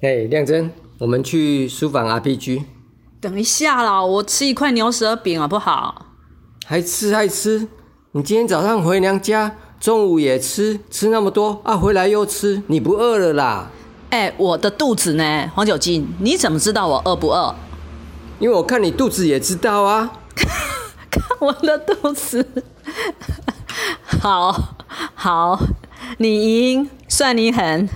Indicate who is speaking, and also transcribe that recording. Speaker 1: 哎，亮真，我们去书房 RPG，
Speaker 2: 等一下啦，我吃一块牛舌饼好不好？
Speaker 1: 还吃还吃。你今天早上回娘家，中午也吃，吃那么多啊，回来又吃，你不饿了啦？
Speaker 2: 哎、我的肚子呢？黄酒精，你怎么知道我饿不饿？
Speaker 1: 因为我看你肚子也知道啊。
Speaker 2: 看我的肚子。 好好，你赢，算你狠。